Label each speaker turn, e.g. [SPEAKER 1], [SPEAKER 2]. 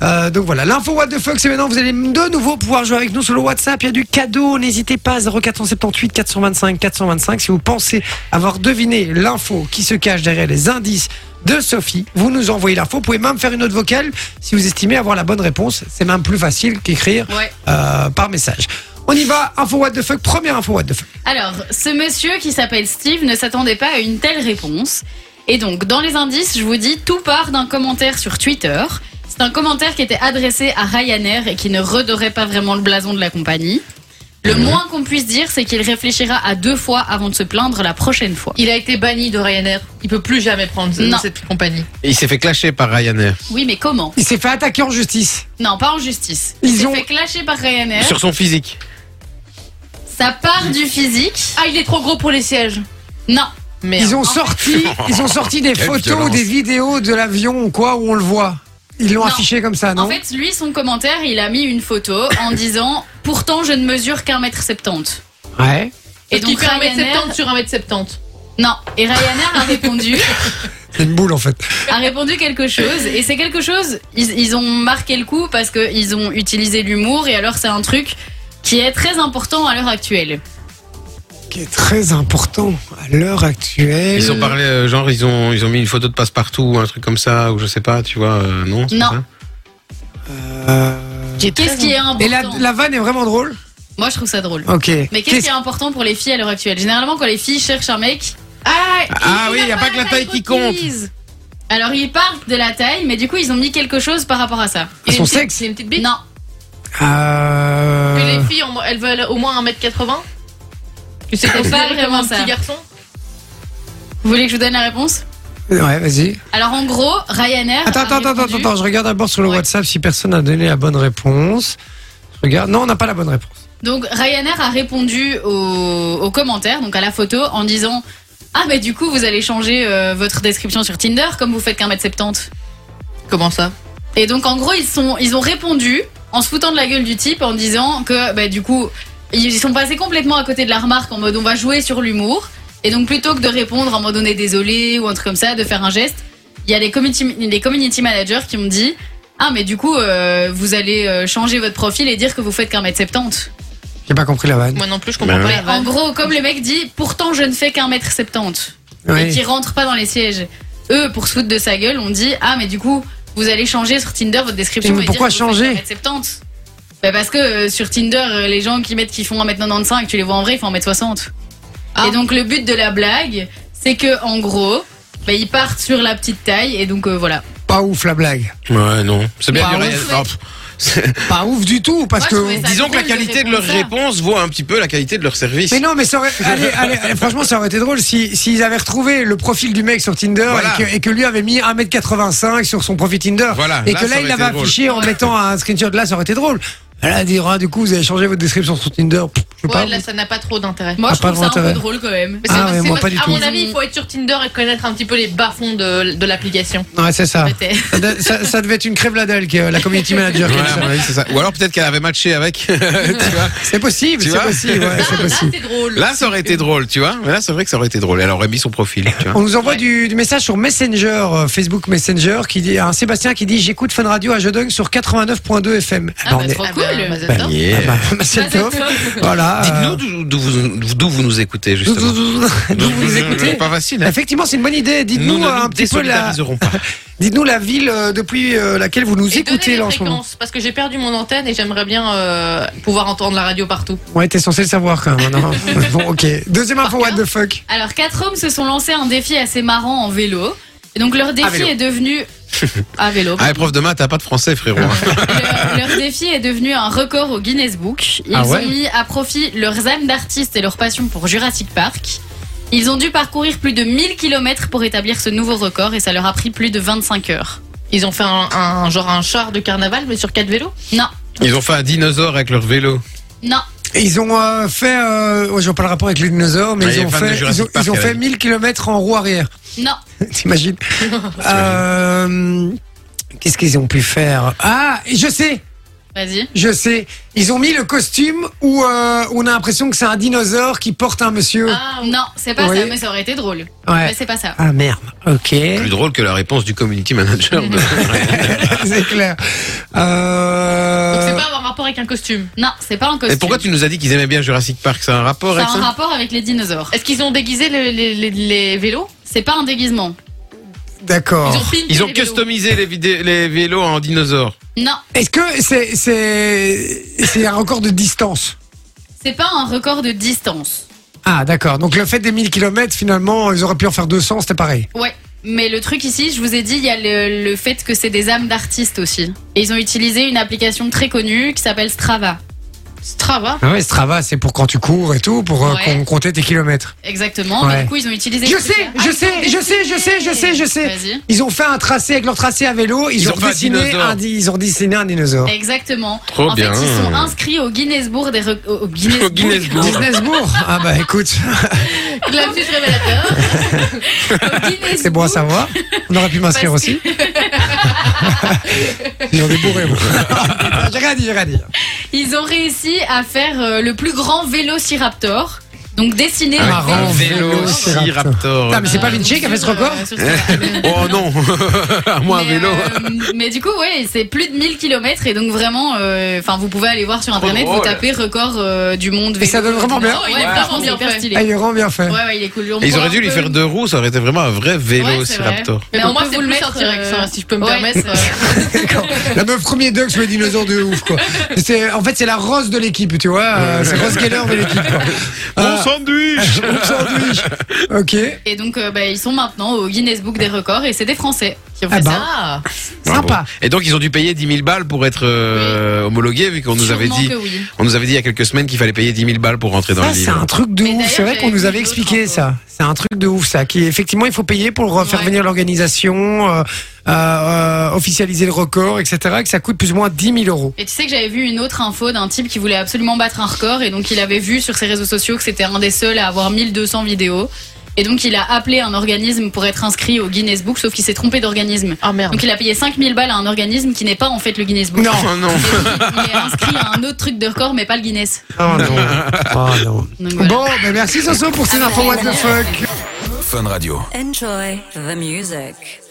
[SPEAKER 1] Euh, donc voilà, l'info What the fuck, c'est maintenant. Vous allez de nouveau pouvoir jouer avec nous sur le WhatsApp. Il y a du cadeau. N'hésitez pas 0478 425 425. Si vous pensez avoir deviné l'info qui se cache derrière les indices de Sophie, vous nous envoyez l'info. Vous pouvez même faire une autre vocale si vous estimez avoir la bonne réponse. C'est même plus facile qu'écrire
[SPEAKER 2] Ouais.
[SPEAKER 1] euh, par message. On y va. Info What the fuck. Première info What the fuck.
[SPEAKER 2] Alors, ce monsieur qui s'appelle Steve ne s'attendait pas à une telle réponse. Et donc, dans les indices, je vous dis, tout part d'un commentaire sur Twitter. C'est un commentaire qui était adressé à Ryanair et qui ne redorait pas vraiment le blason de la compagnie.
[SPEAKER 1] Ah
[SPEAKER 2] Le moins qu'on puisse dire, c'est qu'il réfléchira à deux fois avant de se plaindre la prochaine fois.
[SPEAKER 3] Il a été banni de Ryanair. Il peut plus jamais prendre ce-
[SPEAKER 2] Non.
[SPEAKER 3] cette compagnie.
[SPEAKER 4] Et Il s'est fait clasher par Ryanair.
[SPEAKER 2] Oui, mais comment
[SPEAKER 1] Il s'est fait attaquer en justice.
[SPEAKER 2] Non, pas en justice.
[SPEAKER 1] Ils
[SPEAKER 2] Il s'est
[SPEAKER 1] ont-
[SPEAKER 2] fait clasher par Ryanair.
[SPEAKER 4] Sur son physique.
[SPEAKER 2] Ça part du physique.
[SPEAKER 3] Ah, il est trop gros pour les sièges.
[SPEAKER 2] Non,
[SPEAKER 3] Merde.
[SPEAKER 1] Ils ont sorti, ils ont sorti des
[SPEAKER 4] Quelle
[SPEAKER 1] photos,
[SPEAKER 4] violence.
[SPEAKER 1] des vidéos de l'avion ou quoi où on le voit. Ils l'ont
[SPEAKER 2] Non.
[SPEAKER 1] affiché comme ça, non
[SPEAKER 2] En fait, lui, son commentaire, il a mis une photo en disant Pourtant, je ne mesure qu'un mètre septante.
[SPEAKER 1] Ouais.
[SPEAKER 2] Et
[SPEAKER 3] Et donc,
[SPEAKER 2] donc,
[SPEAKER 3] fait 1m70
[SPEAKER 2] Ryanair.
[SPEAKER 3] sur 1m70.
[SPEAKER 2] Non, et Ryanair a répondu,
[SPEAKER 1] C'est une boule en fait.
[SPEAKER 2] a répondu quelque chose. Et c'est quelque chose, ils, ils ont marqué le coup parce qu'ils ont utilisé l'humour. Et alors, c'est un truc qui est très important à l'heure actuelle.
[SPEAKER 1] qui est très important à l'heure actuelle.
[SPEAKER 4] Ils ont parlé, euh, genre, ils ont, ils ont mis une photo de passe-partout ou un truc comme ça, ou je sais pas, tu vois, euh, non c'est
[SPEAKER 2] Non.
[SPEAKER 4] ça
[SPEAKER 1] Euh,
[SPEAKER 2] Qu'est-ce qui est important
[SPEAKER 1] Et la, la vanne est vraiment drôle.
[SPEAKER 2] Moi, je trouve ça drôle.
[SPEAKER 1] Ok.
[SPEAKER 2] Mais qu'est-ce qui est important pour les filles à l'heure actuelle Généralement, quand les filles cherchent un mec,
[SPEAKER 3] Ah,
[SPEAKER 4] Ah oui, il n'y a pas que la taille qui compte.
[SPEAKER 2] alors ils partent de la taille, mais du coup, ils ont mis quelque chose par rapport à ça.
[SPEAKER 1] À son
[SPEAKER 3] une petite-
[SPEAKER 1] sexe.
[SPEAKER 3] C'est une petite bite.
[SPEAKER 2] Non,
[SPEAKER 1] Euh,
[SPEAKER 3] Que les filles, ont- elles veulent au moins 1m80. Tu sais qu'on
[SPEAKER 2] C'est pas vraiment
[SPEAKER 3] un
[SPEAKER 2] ça.
[SPEAKER 3] petit garçon.
[SPEAKER 2] vous voulez que je vous donne la réponse
[SPEAKER 1] Ouais, vas-y.
[SPEAKER 2] Alors en gros, Ryanair.
[SPEAKER 1] Attends,
[SPEAKER 2] a
[SPEAKER 1] attends, attends,
[SPEAKER 2] répondu-
[SPEAKER 1] attends, attends, Je regarde d'abord sur le
[SPEAKER 2] Ouais.
[SPEAKER 1] WhatsApp si personne n'a donné la bonne réponse. Je regarde. Non, on n'a pas la bonne réponse.
[SPEAKER 2] Donc Ryanair a répondu aux aux commentaires, donc à la photo, en disant Ah, mais du coup, vous allez changer euh, votre description sur Tinder comme vous faites qu'un mètre 70.
[SPEAKER 3] Comment ça
[SPEAKER 2] Et donc en gros, ils, sont, ils ont répondu en se foutant de la gueule du type en disant que bah, du coup, ils sont passés complètement à côté de la remarque en mode on va jouer sur l'humour. Et donc plutôt que de répondre en mode on est désolé ou un truc comme ça, de faire un geste, il y a les community, les community managers qui ont dit Ah, mais du coup, euh, vous allez euh, changer votre profil et dire que vous faites qu'un mètre 70.
[SPEAKER 1] J'ai pas compris la vanne.
[SPEAKER 3] Moi non plus, je comprends
[SPEAKER 1] Bah,
[SPEAKER 4] Ben
[SPEAKER 3] pas.
[SPEAKER 4] ouais.
[SPEAKER 3] la
[SPEAKER 2] En
[SPEAKER 3] vanne.
[SPEAKER 2] gros, comme le mec dit, pourtant je ne fais qu'un mètre 70 et
[SPEAKER 1] Oui.
[SPEAKER 2] qui rentrent pas dans les sièges. Eux, pour se foutre de sa gueule, on dit ah mais du coup vous allez changer sur Tinder votre description.
[SPEAKER 1] Mais
[SPEAKER 2] et
[SPEAKER 1] pourquoi
[SPEAKER 2] dire que ah, vous
[SPEAKER 1] changer
[SPEAKER 2] faites 1m70. Bah parce que euh, sur Tinder euh, les gens qui mettent qui font 1m95 tu les vois en vrai ils font 1m60.
[SPEAKER 3] Ah.
[SPEAKER 2] Et donc le but de la blague c'est que en gros bah, ils partent sur la petite taille et donc euh, voilà.
[SPEAKER 1] Pas ouf la blague.
[SPEAKER 4] Ouais, non. C'est bien
[SPEAKER 1] Bah,
[SPEAKER 4] du
[SPEAKER 1] ouais,
[SPEAKER 4] Ryanair.
[SPEAKER 2] ouais.
[SPEAKER 4] Ah, pff, c'est-
[SPEAKER 1] Pas ouf du tout parce
[SPEAKER 2] Moi, je trouvais
[SPEAKER 1] que.
[SPEAKER 2] ça
[SPEAKER 4] Disons que la
[SPEAKER 2] drôle de
[SPEAKER 4] qualité de leur
[SPEAKER 2] répondre ça.
[SPEAKER 4] réponse vaut un petit peu la qualité de leur service.
[SPEAKER 1] Mais non, mais ça aurait. Allez, allez, allez, franchement, ça aurait été drôle si s'ils avaient retrouvé le profil du mec sur Tinder
[SPEAKER 4] Voilà.
[SPEAKER 1] et, que, et que lui avait mis 1m85 sur son profil Tinder.
[SPEAKER 4] Voilà,
[SPEAKER 1] et
[SPEAKER 4] Ah, là,
[SPEAKER 1] que
[SPEAKER 4] ça
[SPEAKER 1] là, il
[SPEAKER 4] aurait été
[SPEAKER 1] l'avait
[SPEAKER 4] drôle.
[SPEAKER 1] affiché en mettant un screenshot. Là, ça aurait été drôle. Là, dire, ah, du coup, vous avez changé votre description sur Tinder. Pff, Je sais pas.
[SPEAKER 3] Ouais, là, ça n'a pas trop d'intérêt.
[SPEAKER 2] Moi
[SPEAKER 1] Ah,
[SPEAKER 2] je
[SPEAKER 1] pas
[SPEAKER 2] trouve ça un
[SPEAKER 1] d'intérêt.
[SPEAKER 2] peu drôle quand même.
[SPEAKER 3] Mais c'est-
[SPEAKER 1] Ah ouais,
[SPEAKER 3] c'est
[SPEAKER 1] moi,
[SPEAKER 3] parce-
[SPEAKER 1] pas du
[SPEAKER 3] à
[SPEAKER 1] tout.
[SPEAKER 3] mon avis, il faut être sur Tinder et connaître un petit peu les bas-fonds de, de l'application.
[SPEAKER 1] Ouais, c'est ça.
[SPEAKER 2] Peut-être.
[SPEAKER 1] Ça, de- ça- ça devait être une crève Ladel, qui est, euh, la community manager. qui a
[SPEAKER 4] Ouais,
[SPEAKER 1] dit ça.
[SPEAKER 4] à mon avis, c'est ça. Ou alors peut-être qu'elle avait matché avec. tu vois.
[SPEAKER 1] C'est possible,
[SPEAKER 4] Tu
[SPEAKER 1] c'est
[SPEAKER 4] vois
[SPEAKER 1] possible. ouais,
[SPEAKER 3] Ah,
[SPEAKER 1] bah, c'est
[SPEAKER 3] là,
[SPEAKER 1] possible.
[SPEAKER 3] c'est drôle.
[SPEAKER 4] Là, ça aurait été drôle, tu vois. Mais là, c'est vrai que ça aurait été drôle. Elle aurait mis son profil. Tu vois.
[SPEAKER 1] On nous envoie du, du message sur Messenger, euh, Facebook Messenger, qui dit, un Sébastien qui dit J'écoute Fun Radio à Jeudung sur 89.2 FM.
[SPEAKER 2] Ah,
[SPEAKER 1] Ben,
[SPEAKER 2] bah,
[SPEAKER 1] on est-
[SPEAKER 2] trop
[SPEAKER 3] Ah
[SPEAKER 2] cool.
[SPEAKER 3] ben, bah,
[SPEAKER 1] bah,
[SPEAKER 3] j'adore.
[SPEAKER 4] Yeah.
[SPEAKER 1] ah, bah, c'est
[SPEAKER 2] Bah,
[SPEAKER 1] top.
[SPEAKER 2] c'est top.
[SPEAKER 1] Voilà. euh,
[SPEAKER 4] Dites-nous d'où- d'où vous, d'où vous nous écoutez,
[SPEAKER 1] Ah bah, D'où
[SPEAKER 4] justement.
[SPEAKER 1] vous, d'où vous nous écoutez
[SPEAKER 4] C'est pas facile. hein.
[SPEAKER 1] Effectivement, c'est une bonne idée.
[SPEAKER 4] Nous
[SPEAKER 1] Dites-nous
[SPEAKER 4] ne
[SPEAKER 1] un
[SPEAKER 4] nous
[SPEAKER 1] petit peu la,
[SPEAKER 4] désolidariserons pas.
[SPEAKER 1] dites-nous la ville euh, depuis euh, laquelle vous nous
[SPEAKER 3] Et donner
[SPEAKER 1] écoutez
[SPEAKER 3] les
[SPEAKER 1] là en ce moment.
[SPEAKER 3] fréquences, parce que j'ai perdu mon antenne et j'aimerais bien euh, pouvoir entendre la radio partout.
[SPEAKER 1] Ouais, t'es censé le savoir quand même. hein, non bon, ok. Deuxième info, what the fuck.
[SPEAKER 2] Alors, quatre hommes se sont lancés un défi assez marrant en vélo. Et donc, leur
[SPEAKER 1] Ah,
[SPEAKER 2] défi
[SPEAKER 4] vélo.
[SPEAKER 2] est devenu. À vélo.
[SPEAKER 4] Ah, prof de maths, t'as pas de français, frérot. hein.
[SPEAKER 2] leur, leur défi est devenu un record au Guinness Book. Ils
[SPEAKER 4] Ah ouais
[SPEAKER 2] ont mis à profit leurs âmes d'artistes et leur passion pour Jurassic Park. Ils ont dû parcourir plus de 1000 km pour établir ce nouveau record et ça leur a pris plus de 25 heures.
[SPEAKER 3] Ils ont fait un, un- genre un char de carnaval, mais sur quatre vélos.
[SPEAKER 2] Non,
[SPEAKER 4] Ils ont fait un dinosaure avec leur vélo.
[SPEAKER 2] non,
[SPEAKER 1] Et Ils ont euh, fait, euh, ouais, je vois pas le rapport avec les dinosaures, mais
[SPEAKER 4] Ouais, il
[SPEAKER 1] ils
[SPEAKER 4] est
[SPEAKER 1] ont
[SPEAKER 4] fan de
[SPEAKER 1] fait, ils
[SPEAKER 4] Jurassic
[SPEAKER 1] ont,
[SPEAKER 4] Park,
[SPEAKER 1] ils ont fait
[SPEAKER 4] Eric.
[SPEAKER 1] 1000 km en roue arrière.
[SPEAKER 2] non.
[SPEAKER 1] T'imagines Euh, Qu'est-ce qu'ils ont pu faire Ah, je sais
[SPEAKER 2] Vas-y.
[SPEAKER 1] Je sais. Ils ont mis le costume où euh, on a l'impression que c'est un dinosaure qui porte un monsieur.
[SPEAKER 3] Ah, oui.
[SPEAKER 2] Non, c'est pas
[SPEAKER 1] Oui.
[SPEAKER 2] ça, mais ça aurait été drôle. Mais
[SPEAKER 1] ouais.
[SPEAKER 2] c'est pas ça.
[SPEAKER 1] Ah merde. Ok.
[SPEAKER 4] Plus drôle que la réponse du community manager. de-
[SPEAKER 1] c'est clair. Euh,
[SPEAKER 3] Donc c'est pas avoir rapport avec un costume.
[SPEAKER 2] Non, c'est pas un costume.
[SPEAKER 4] Et pourquoi tu nous as dit qu'ils aimaient bien Jurassic Park C'est un rapport
[SPEAKER 2] Ça
[SPEAKER 4] avec
[SPEAKER 2] a un
[SPEAKER 4] ça
[SPEAKER 2] rapport avec les dinosaures.
[SPEAKER 3] Est-ce qu'ils ont déguisé le- les, les- les vélos
[SPEAKER 2] C'est pas un déguisement.
[SPEAKER 1] D'accord.
[SPEAKER 3] pinté
[SPEAKER 4] Oh. Ils ont
[SPEAKER 3] les vélos.
[SPEAKER 4] customisé les, vidé- les vélos en dinosaures.
[SPEAKER 2] Non,
[SPEAKER 1] Est-ce que c'est c'est c'est un record de distance
[SPEAKER 2] c'est pas un record de distance.
[SPEAKER 1] Ah d'accord. Donc le fait des 1000 km finalement, ils auraient pu en faire 200, c'était pareil.
[SPEAKER 2] Ouais. Mais le truc ici, je vous ai dit, il y a le, le fait que c'est des âmes d'artistes aussi. Et ils ont utilisé une application très connue qui s'appelle Strava.
[SPEAKER 3] Strava.
[SPEAKER 1] Ah ouais, Strava, c'est pour quand tu cours et tout, pour euh,
[SPEAKER 2] Ouais.
[SPEAKER 1] qu'on- compter tes kilomètres.
[SPEAKER 2] Exactement.
[SPEAKER 1] Ouais.
[SPEAKER 2] Mais du coup, ils ont utilisé.
[SPEAKER 1] Je sais, je sais,
[SPEAKER 2] ils ont
[SPEAKER 1] je sais, je sais, je sais, je sais.
[SPEAKER 2] Vas-y.
[SPEAKER 1] Ils ont fait un tracé avec leur tracé à vélo. Ils,
[SPEAKER 4] Ils
[SPEAKER 1] ont,
[SPEAKER 4] ont fait un
[SPEAKER 1] dessiné
[SPEAKER 4] dinosaure.
[SPEAKER 1] un, di- ils ont dessiné un dinosaure.
[SPEAKER 2] Exactement.
[SPEAKER 4] Trop
[SPEAKER 2] en
[SPEAKER 4] bien.
[SPEAKER 2] fait, ils sont inscrits au Guinness Book des rec- au- au Guinness
[SPEAKER 4] Au Guinness
[SPEAKER 2] Book-
[SPEAKER 4] Book.
[SPEAKER 1] Disneybourg Ah bah écoute,
[SPEAKER 3] La petite révélateur.
[SPEAKER 2] au Guinness
[SPEAKER 1] c'est bon à
[SPEAKER 2] Book
[SPEAKER 1] savoir. On aurait pu m'inscrire
[SPEAKER 2] Parce
[SPEAKER 1] aussi. Ils ont des bourrés. vous. j'ai rien dit, j'ai rien dit.
[SPEAKER 2] Ils ont réussi à faire euh, le plus grand vélociraptor. Donc dessiné
[SPEAKER 1] Ah,
[SPEAKER 2] par-
[SPEAKER 1] marrant,
[SPEAKER 4] Vélociraptor.
[SPEAKER 1] Putain, mais c'est pas Vinci qui a fait ce record
[SPEAKER 3] Sur- euh, sur-
[SPEAKER 4] Oh non Moi un
[SPEAKER 2] mais,
[SPEAKER 4] vélo
[SPEAKER 2] euh, mais du coup, ouais, c'est plus de 1000 km et donc vraiment, euh, enfin, vous pouvez aller voir sur internet, vous
[SPEAKER 4] drôle.
[SPEAKER 2] tapez record euh, du monde.
[SPEAKER 1] Et ça
[SPEAKER 2] vélo.
[SPEAKER 1] donne vraiment bien.
[SPEAKER 2] Ouais,
[SPEAKER 3] Il est
[SPEAKER 2] vraiment
[SPEAKER 3] vraiment
[SPEAKER 2] bien,
[SPEAKER 3] bien
[SPEAKER 2] hyper
[SPEAKER 3] fait.
[SPEAKER 2] stylé.
[SPEAKER 1] Ah, il est vraiment bien fait.
[SPEAKER 2] Ouais, ouais, il est cool. On
[SPEAKER 4] Et ils
[SPEAKER 2] pourra
[SPEAKER 4] auraient dû
[SPEAKER 2] un
[SPEAKER 4] lui
[SPEAKER 2] peu-
[SPEAKER 4] faire deux roues, ça aurait été vraiment un vrai vélociraptor.
[SPEAKER 3] Mais
[SPEAKER 2] Mais
[SPEAKER 3] pour
[SPEAKER 2] on
[SPEAKER 3] moi,
[SPEAKER 2] peut
[SPEAKER 3] c'est
[SPEAKER 2] vous le
[SPEAKER 3] plus
[SPEAKER 2] mettre,
[SPEAKER 3] en direct,
[SPEAKER 2] euh,
[SPEAKER 3] ça, hein, si je peux me
[SPEAKER 2] ouais,
[SPEAKER 3] permettre.
[SPEAKER 2] c'est-
[SPEAKER 3] euh,
[SPEAKER 1] D'accord. La meuf premier duck, je me dis dinosaure de ouf quoi. C'est- En fait, c'est la rose de l'équipe, tu vois. euh, c'est Rose Geller de l'équipe. quoi. Euh,
[SPEAKER 4] Ah. sandwich
[SPEAKER 1] bon sandwich. Ok.
[SPEAKER 2] Et donc, euh, bah, ils sont maintenant au Guinness Book des records et c'est des Français qui ont
[SPEAKER 1] Ah
[SPEAKER 2] fait
[SPEAKER 1] bah.
[SPEAKER 2] ça.
[SPEAKER 3] Ah,
[SPEAKER 1] Sympa.
[SPEAKER 4] Et donc ils ont dû payer 10 000 balles pour être euh, homologués, vu qu'on nous avait
[SPEAKER 2] Sûrement
[SPEAKER 4] dit,
[SPEAKER 2] que oui.
[SPEAKER 4] on nous avait dit il y a quelques semaines qu'il fallait payer 10 000 balles pour rentrer dans
[SPEAKER 1] Ça,
[SPEAKER 4] le
[SPEAKER 1] c'est
[SPEAKER 4] livre.
[SPEAKER 1] un truc de
[SPEAKER 2] Mais
[SPEAKER 1] ouf.
[SPEAKER 2] d'ailleurs,
[SPEAKER 1] C'est vrai qu'on
[SPEAKER 2] j'avais
[SPEAKER 1] nous
[SPEAKER 2] vu
[SPEAKER 1] avait
[SPEAKER 2] d'autres
[SPEAKER 1] expliqué
[SPEAKER 2] infos.
[SPEAKER 1] ça. C'est un truc de ouf, ça. Qui, effectivement, il faut payer pour euh, faire
[SPEAKER 2] Ouais.
[SPEAKER 1] venir l'organisation, euh, euh, euh, officialiser le record, etc. Et que ça coûte plus ou moins 10 000 euros.
[SPEAKER 2] Et tu sais que j'avais vu une autre info d'un type qui voulait absolument battre un record et donc il avait vu sur ses réseaux sociaux que c'était un des seuls à avoir 1200 vidéos. Et donc il a appelé un organisme pour être inscrit au Guinness Book, sauf qu'il s'est trompé d'organisme.
[SPEAKER 3] Ah, merde.
[SPEAKER 2] Donc il a payé 5000 balles à un organisme qui n'est pas en fait le Guinness Book.
[SPEAKER 1] Non.
[SPEAKER 4] Oh non
[SPEAKER 2] Et donc, Il est inscrit à un autre truc de record, mais pas le Guinness.
[SPEAKER 4] Ah,
[SPEAKER 1] Oh non. Oh non.
[SPEAKER 2] Donc, voilà. Ah,
[SPEAKER 1] Bon, ben merci Soso pour ces infos. What the fuck.
[SPEAKER 5] Enjoy the music.